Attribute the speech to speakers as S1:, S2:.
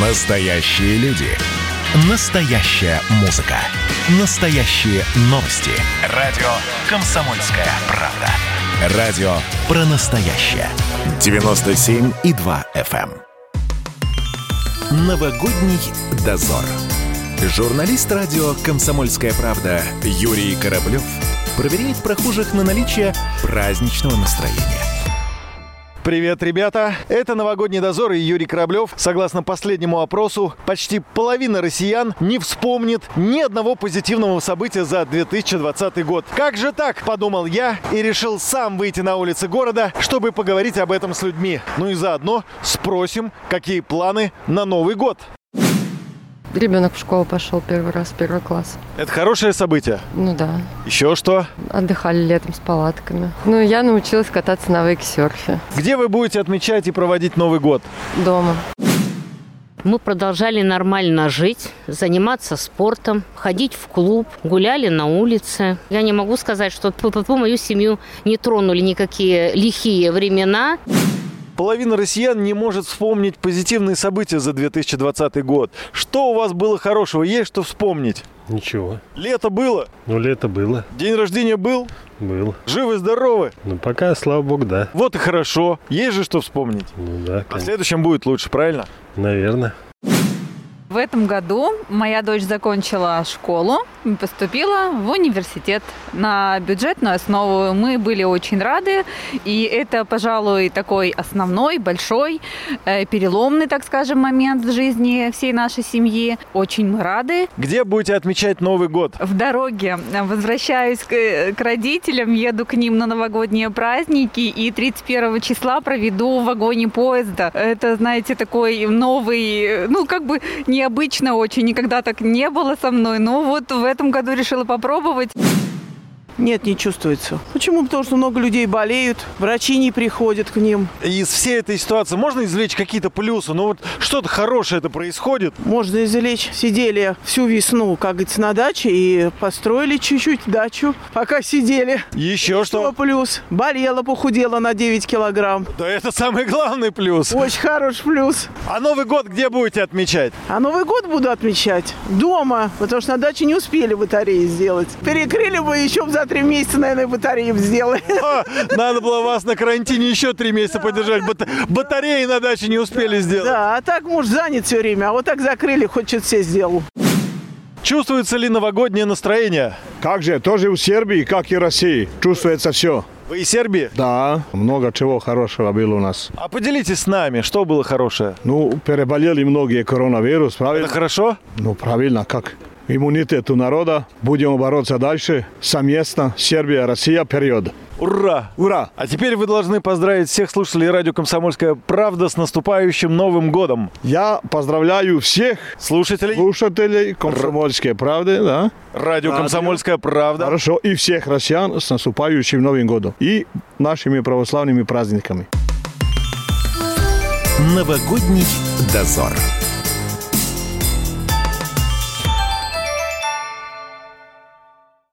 S1: Настоящие люди. Настоящая музыка. Настоящие новости. Радио Комсомольская правда. Радио про настоящее. 97,2 FM. эм. Новогодний дозор. Журналист радио «Комсомольская правда» Юрий Кораблев проверяет прохожих на наличие праздничного настроения.
S2: Привет, ребята! Это «Новогодний дозор» и Юрий Кораблев. Согласно последнему опросу, почти половина россиян не вспомнит ни одного позитивного события за 2020 год. Как же так, подумал я и решил сам выйти на улицы города, чтобы поговорить об этом с людьми. Ну и заодно спросим, какие планы на Новый год.
S3: Ребенок в школу пошел первый раз, первый класс.
S2: Это хорошее событие.
S3: Ну да,
S2: Еще что?
S3: отдыхали летом с палатками. Ну, я научилась кататься на вейксерфе
S2: Где вы будете отмечать и проводить Новый год?
S3: дома.
S4: Мы продолжали нормально жить, заниматься спортом, ходить в клуб, гуляли на улице. Я не могу сказать, что по, мою семью не тронули никакие лихие времена.
S2: Половина россиян не может вспомнить позитивные события за 2020 год. Что у вас было хорошего? Есть что вспомнить?
S5: Ничего.
S2: Лето было,
S5: Ну, лето было.
S2: день рождения был,
S5: Было.
S2: живы-здоровы.
S5: Ну, пока, слава богу, да.
S2: Вот и хорошо. Есть же что вспомнить.
S5: Ну, да,
S2: А в следующем будет лучше, правильно?
S5: наверное.
S6: В этом году моя дочь закончила школу и поступила в университет на бюджетную основу. Мы были очень рады, и это, пожалуй, такой основной, большой, э, переломный, так скажем, момент в жизни всей нашей семьи. Очень мы рады.
S2: Где будете отмечать Новый год?
S6: В дороге э, возвращаюсь к, э, к родителям, еду к ним на новогодние праздники, и 31 числа проведу в вагоне поезда. Это, знаете, такой новый, э, ну, как бы необычно очень, никогда так не было со мной, но вот в этом году решила попробовать.
S7: Нет, не чувствуется. Почему? Потому что много людей болеют, врачи не приходят к ним.
S2: Из всей этой ситуации можно извлечь какие-то плюсы? Ну вот что-то хорошее это происходит.
S7: Можно излечь. Сидели всю весну, как говорится, на даче и построили чуть-чуть дачу, пока сидели.
S2: Еще что?
S7: Что плюс? Болела, похудела на 9 килограмм.
S2: Да это самый главный плюс.
S7: Очень хороший плюс.
S2: А Новый год где будете отмечать?
S7: А Новый год буду отмечать дома, потому что на даче не успели батареи сделать. Перекрыли бы, еще б за три месяца, наверное, батареи б сделали.
S2: А, Надо было вас на карантине еще три месяца подержать. Бата- Батареи на даче не успели сделать.
S7: Да, а так муж занят все время, а вот так закрыли, хоть что-то все сделал.
S2: Чувствуется ли новогоднее настроение?
S8: Как же, тоже у Сербии, как и России. Чувствуется все.
S2: Вы из Сербии?
S8: Да, много чего хорошего было у нас.
S2: А поделитесь с нами, что было хорошее?
S8: Ну, переболели многие коронавирус,
S2: Это
S8: правильно?
S2: хорошо?
S8: Ну, правильно, как? Иммунитет у народа. Будем бороться дальше. Совместно. Сербия, Россия, период.
S2: Ура!
S8: Ура!
S2: А теперь вы должны поздравить всех слушателей радио «Комсомольская правда» с наступающим Новым годом.
S8: Я поздравляю всех
S2: Слушателей
S8: слушателей комсомольской правды, да?
S2: радио «Комсомольская правда».
S8: Хорошо. И всех россиян с наступающим Новым годом. И нашими православными праздниками.
S1: Новогодний дозор.